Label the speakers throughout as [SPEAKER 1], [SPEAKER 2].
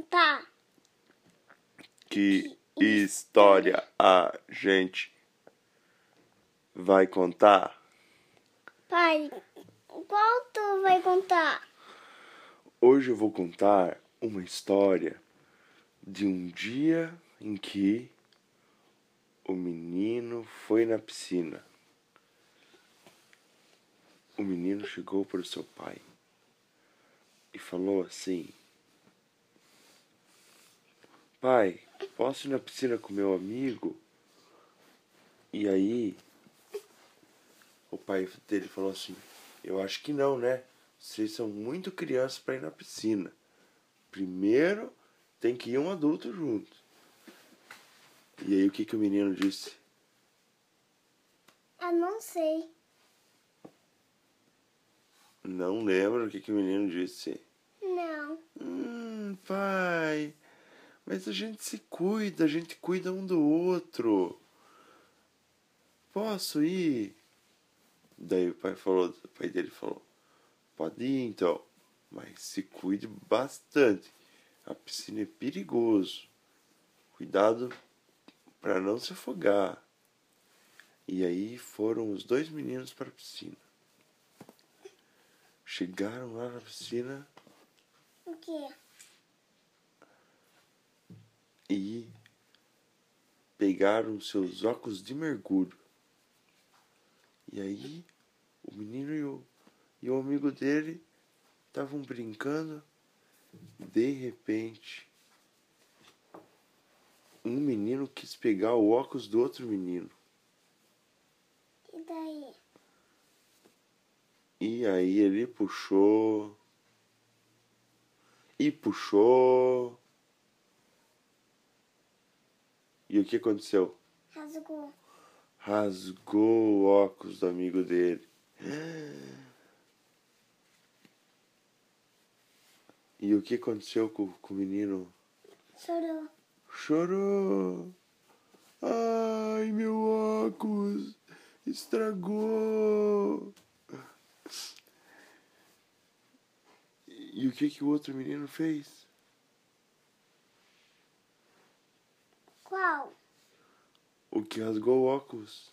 [SPEAKER 1] contar
[SPEAKER 2] Que história a gente vai contar?
[SPEAKER 1] Pai, qual tu vai contar?
[SPEAKER 2] Hoje eu vou contar uma história de um dia em que o menino foi na piscina. O menino chegou para o seu pai e falou assim: Pai, posso ir na piscina com meu amigo? E aí, o pai dele falou assim: Eu acho que não, né? Vocês são muito crianças para ir na piscina. Primeiro tem que ir um adulto junto. E aí, o que, que o menino disse?
[SPEAKER 1] Eu Ah, não sei.
[SPEAKER 2] Não lembro o que, que o menino disse.
[SPEAKER 1] Não.
[SPEAKER 2] Hum, pai, mas a gente se cuida, a gente cuida um do outro. Posso ir? Daí o pai falou, o pai dele falou, pode ir então, mas se cuide bastante. A piscina é perigoso. Cuidado para não se afogar. E aí foram os dois meninos para a piscina. Chegaram lá na piscina.
[SPEAKER 1] O quê?
[SPEAKER 2] e pegaram seus óculos de mergulho. E aí, o menino e o, e o amigo dele estavam brincando. De repente, um menino quis pegar o óculos do outro menino.
[SPEAKER 1] E daí?
[SPEAKER 2] E aí ele puxou. E puxou. E o que aconteceu?
[SPEAKER 1] Rasgou.
[SPEAKER 2] rasgou o óculos do amigo dele. E o que aconteceu com, com o menino?
[SPEAKER 1] Chorou.
[SPEAKER 2] Chorou! Ai, meu óculos! Estragou! E o que, que o outro menino fez?
[SPEAKER 1] Qual?
[SPEAKER 2] O que rasgou o óculos?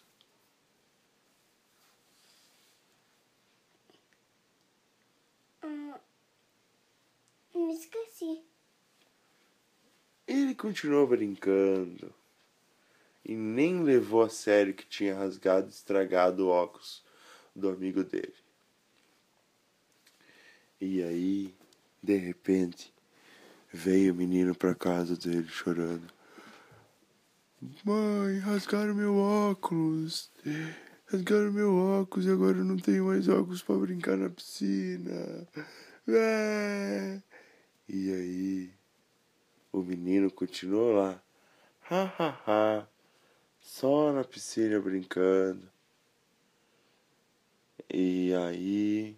[SPEAKER 1] Hum, me esqueci.
[SPEAKER 2] Ele continuou brincando e nem levou a sério que tinha rasgado e estragado o óculos do amigo dele. E aí, de repente, veio o menino pra casa dele chorando. Mãe, rasgaram meu óculos. Rasgaram meu óculos e agora eu não tenho mais óculos pra brincar na piscina. É. E aí, o menino continuou lá. Ha ha ha. Só na piscina brincando. E aí?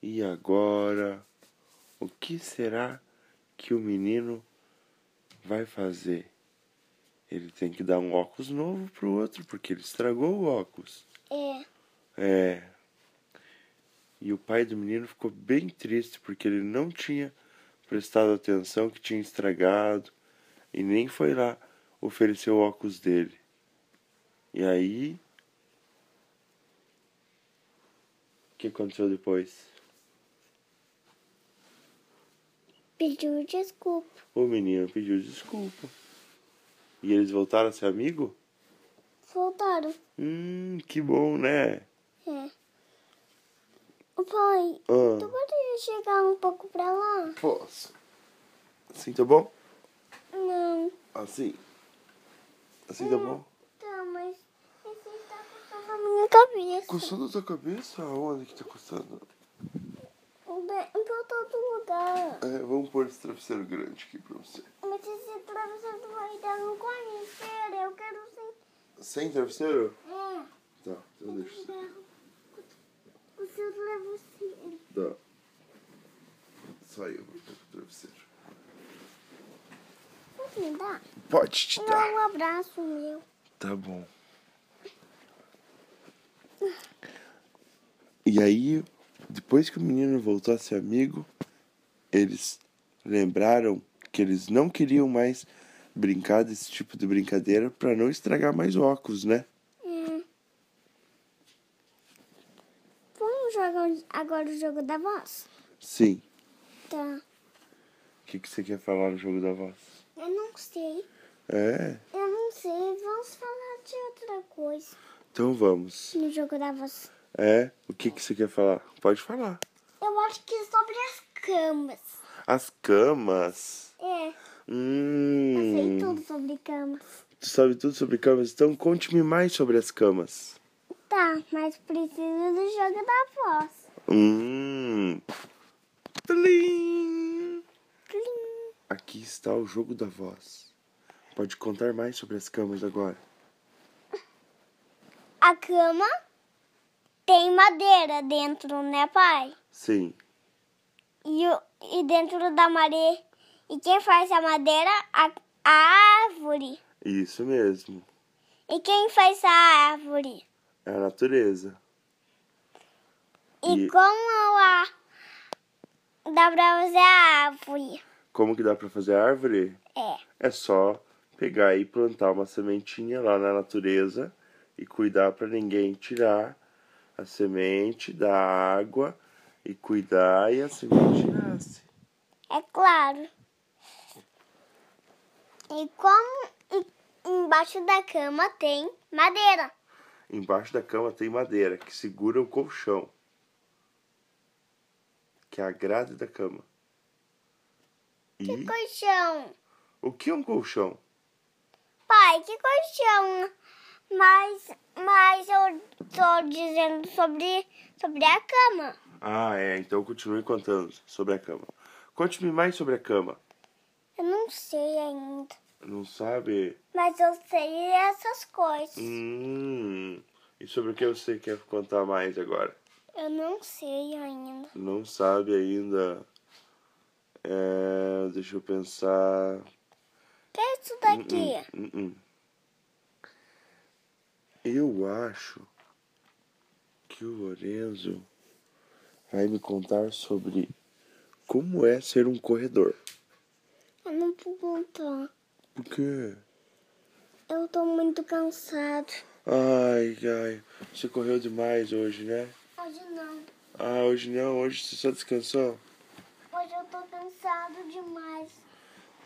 [SPEAKER 2] E agora? O que será que o menino vai fazer? Ele tem que dar um óculos novo pro outro, porque ele estragou o óculos.
[SPEAKER 1] É.
[SPEAKER 2] É. E o pai do menino ficou bem triste porque ele não tinha prestado atenção que tinha estragado e nem foi lá oferecer o óculos dele. E aí. O que aconteceu depois?
[SPEAKER 1] Pediu desculpa.
[SPEAKER 2] O menino pediu desculpa. E eles voltaram a ser amigo?
[SPEAKER 1] Voltaram.
[SPEAKER 2] Hum, que bom, né?
[SPEAKER 1] É. Ô, Pai, tu
[SPEAKER 2] Ah,
[SPEAKER 1] pode chegar um pouco pra lá?
[SPEAKER 2] posso. Assim tá bom?
[SPEAKER 1] Não.
[SPEAKER 2] Assim. Assim tá bom?
[SPEAKER 1] Tá, mas esse está custando a minha cabeça.
[SPEAKER 2] Coçando a tua cabeça? Onde que tá coçando?
[SPEAKER 1] Bem, Pra todo lugar.
[SPEAKER 2] É, vamos pôr esse travesseiro grande aqui pra você.
[SPEAKER 1] Mas esse travesseiro vai dar no conhecer. Eu quero sim.
[SPEAKER 2] Sem travesseiro?
[SPEAKER 1] É.
[SPEAKER 2] Tá, então deixa eu
[SPEAKER 1] O seu travesseiro.
[SPEAKER 2] Dá. Só eu vou pôr o travesseiro.
[SPEAKER 1] Pode me dar?
[SPEAKER 2] Pode te
[SPEAKER 1] Não, um abraço meu.
[SPEAKER 2] Tá bom. E aí, depois que o menino voltou a ser amigo, Eles lembraram que eles não queriam mais brincar desse tipo de brincadeira para não estragar mais o óculos, né?
[SPEAKER 1] Hum. Vamos jogar o- agora o jogo da voz?
[SPEAKER 2] Sim.
[SPEAKER 1] Tá.
[SPEAKER 2] O que, que você quer falar no jogo da voz?
[SPEAKER 1] Eu não sei.
[SPEAKER 2] É?
[SPEAKER 1] Eu não sei. Vamos falar de outra coisa
[SPEAKER 2] Então vamos.
[SPEAKER 1] no jogo da voz.
[SPEAKER 2] É? O que, que você quer falar? Pode falar.
[SPEAKER 1] Eu acho que é sobre as camas.
[SPEAKER 2] As camas.
[SPEAKER 1] É, eu sei
[SPEAKER 2] Hum.
[SPEAKER 1] tudo sobre camas.
[SPEAKER 2] Tu sabe tudo sobre camas? Então conte-me mais sobre as camas.
[SPEAKER 1] Tá, mas preciso do jogo da voz.
[SPEAKER 2] Hum. Tlim.
[SPEAKER 1] Tlim.
[SPEAKER 2] Aqui está o jogo da voz. Pode contar mais sobre as camas agora.
[SPEAKER 1] A cama tem madeira dentro, né, pai?
[SPEAKER 2] Sim.
[SPEAKER 1] E, o- e dentro da madeira. E quem faz a madeira? A, a árvore.
[SPEAKER 2] Isso mesmo.
[SPEAKER 1] E quem faz a árvore?
[SPEAKER 2] É a natureza.
[SPEAKER 1] E,
[SPEAKER 2] E-
[SPEAKER 1] como a. Dá pra fazer a árvore?
[SPEAKER 2] Como que dá pra fazer a árvore?
[SPEAKER 1] É.
[SPEAKER 2] É só pegar e plantar uma sementinha lá na natureza e cuidar pra ninguém tirar a semente da água e cuidar e a semente nasce.
[SPEAKER 1] É claro. E como e embaixo da cama tem madeira.
[SPEAKER 2] Embaixo da cama tem madeira que segura o colchão, que é a grade da cama.
[SPEAKER 1] Que
[SPEAKER 2] E
[SPEAKER 1] colchão?
[SPEAKER 2] o que é um colchão?
[SPEAKER 1] Pai, que colchão? Mas, mas eu tô dizendo sobre, sobre a cama.
[SPEAKER 2] Ah, é, então continue contando sobre a cama. Conte-me mais sobre a cama.
[SPEAKER 1] Eu não sei ainda.
[SPEAKER 2] Não sabe?
[SPEAKER 1] Mas eu sei essas coisas.
[SPEAKER 2] Hum. E sobre o que você quer contar mais agora?
[SPEAKER 1] Eu não sei ainda.
[SPEAKER 2] Não sabe ainda. É, deixa eu pensar.
[SPEAKER 1] O que é isso daqui?
[SPEAKER 2] Hum, hum. Eu acho que o Lorenzo vai me contar sobre como é ser um corredor.
[SPEAKER 1] Eu não vou contar.
[SPEAKER 2] Por quê?
[SPEAKER 1] Eu tô muito cansado.
[SPEAKER 2] Ai, ai, você correu demais hoje, né?
[SPEAKER 1] Hoje não.
[SPEAKER 2] Ah, hoje não, hoje você só descansou?
[SPEAKER 1] Hoje eu tô cansado demais.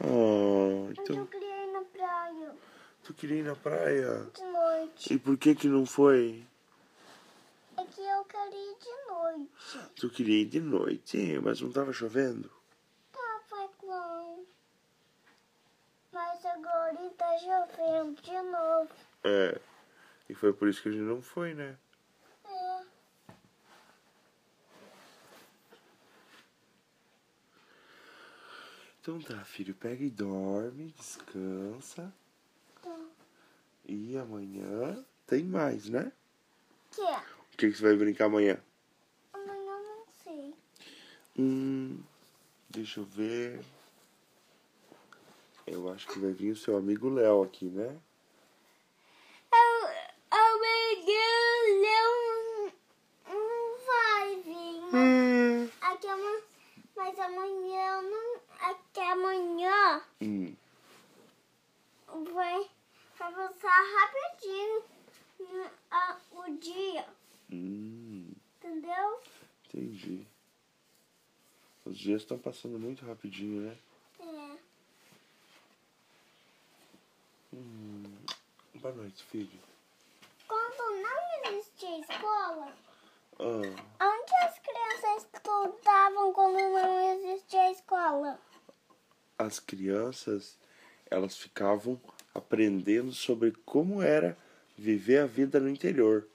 [SPEAKER 2] Ah,
[SPEAKER 1] Hoje eu
[SPEAKER 2] então
[SPEAKER 1] queria ir na praia
[SPEAKER 2] tu queria ir na praia.
[SPEAKER 1] de noite.
[SPEAKER 2] E por que que não foi?
[SPEAKER 1] É que eu queria ir de noite.
[SPEAKER 2] Tu queria ir de noite, mas não tava chovendo?
[SPEAKER 1] Tá, pai Clon. Mas agora tá chovendo de novo.
[SPEAKER 2] É. E foi por isso que a gente não foi, né?
[SPEAKER 1] É.
[SPEAKER 2] Então tá, filho, pega e dorme, descansa.
[SPEAKER 1] Tá.
[SPEAKER 2] E amanhã tem mais, né?
[SPEAKER 1] Que é?
[SPEAKER 2] O que, que você vai brincar amanhã?
[SPEAKER 1] Amanhã eu não sei.
[SPEAKER 2] Hum, deixa eu ver. Eu acho que vai vir o seu amigo Léo aqui, né?
[SPEAKER 1] Amanhã não, não vai vir. Mas, aqui amanhã, mas amanhã eu não. Aqui é amanhã.
[SPEAKER 2] Hum.
[SPEAKER 1] vai, vai passar rapidinho né, a- o dia,
[SPEAKER 2] Hum,
[SPEAKER 1] entendeu?
[SPEAKER 2] entendi. Os dias estão passando muito rapidinho, né?
[SPEAKER 1] É.
[SPEAKER 2] Hum. Boa noite, filho.
[SPEAKER 1] Quando não existia escola,
[SPEAKER 2] Ah,
[SPEAKER 1] onde as crianças estudavam quando não existia escola?
[SPEAKER 2] as crianças, elas ficavam aprendendo sobre como era viver a vida no interior.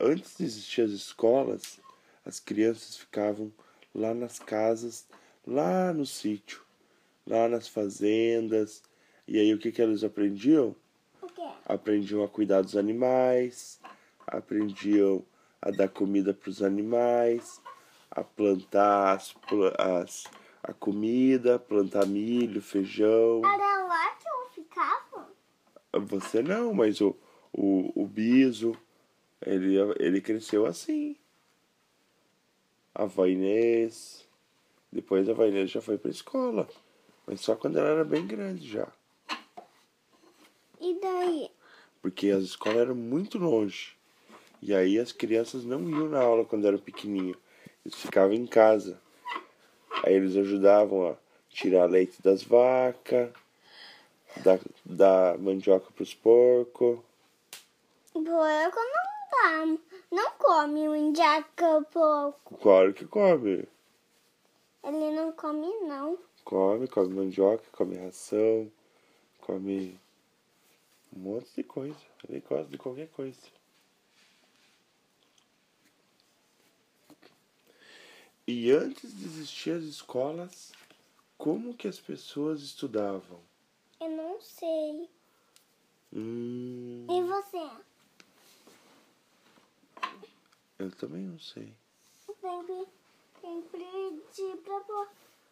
[SPEAKER 2] Antes de existir as escolas, as crianças ficavam lá nas casas, lá no sítio, lá nas fazendas. E aí o que, que elas aprendiam?
[SPEAKER 1] O quê?
[SPEAKER 2] aprendiam a cuidar dos animais, aprendiam a dar comida para os animais, a plantar as, pla- as- a comida, plantar milho, feijão.
[SPEAKER 1] Era lá que eu ficava?
[SPEAKER 2] Você não, mas o, o, o biso, ele, ele cresceu assim. A vó Inês, Depois a Vainera já foi pra escola. Mas só quando ela era bem grande já.
[SPEAKER 1] E daí?
[SPEAKER 2] Porque as escolas eram muito longe. E aí as crianças não iam na aula quando eram pequenininhas. Eles ficavam em casa. Aí eles ajudavam a tirar leite das vacas, dar, dar mandioca pros porcos.
[SPEAKER 1] Porco não dá. Não come um jaca pouco.
[SPEAKER 2] Claro que come.
[SPEAKER 1] Ele não come, não.
[SPEAKER 2] Come, come mandioca, come ração, come um monte de coisa. Ele gosta de qualquer coisa. E antes de existir as escolas, como que as pessoas estudavam?
[SPEAKER 1] Eu não sei.
[SPEAKER 2] Hum,
[SPEAKER 1] E você?
[SPEAKER 2] eu também não sei.
[SPEAKER 1] Sempre, sempre pedi pra, po-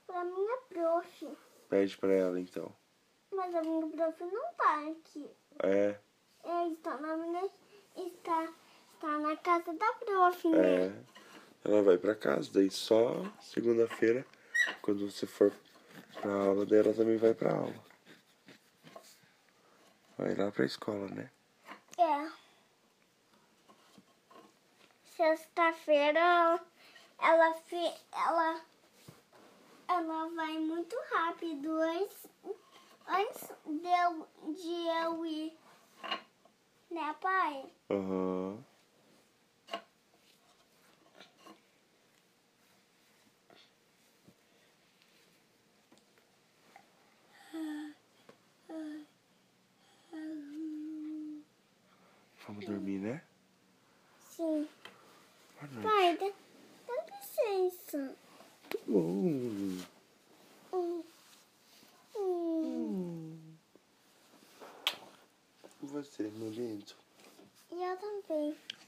[SPEAKER 1] pra minha prof.
[SPEAKER 2] Pede pra ela então.
[SPEAKER 1] Mas a minha prof não tá aqui.
[SPEAKER 2] É,
[SPEAKER 1] Ela está na minha. Está, está na casa da prof, né?
[SPEAKER 2] é. Ela vai pra casa, daí só segunda-feira, quando você for pra aula, daí ela também vai pra aula. Vai lá pra escola, né?
[SPEAKER 1] É. Sexta-feira ela- ela fe- ela ela vai muito rápido antes, antes de, eu, de eu ir. Né, pai?
[SPEAKER 2] Aham. Vamos dormir, né?
[SPEAKER 1] Sim.
[SPEAKER 2] Boa noite.
[SPEAKER 1] Pai, dá, dá licença.
[SPEAKER 2] Bom.
[SPEAKER 1] Hum. Hum.
[SPEAKER 2] Você, meu lindo.
[SPEAKER 1] E eu também.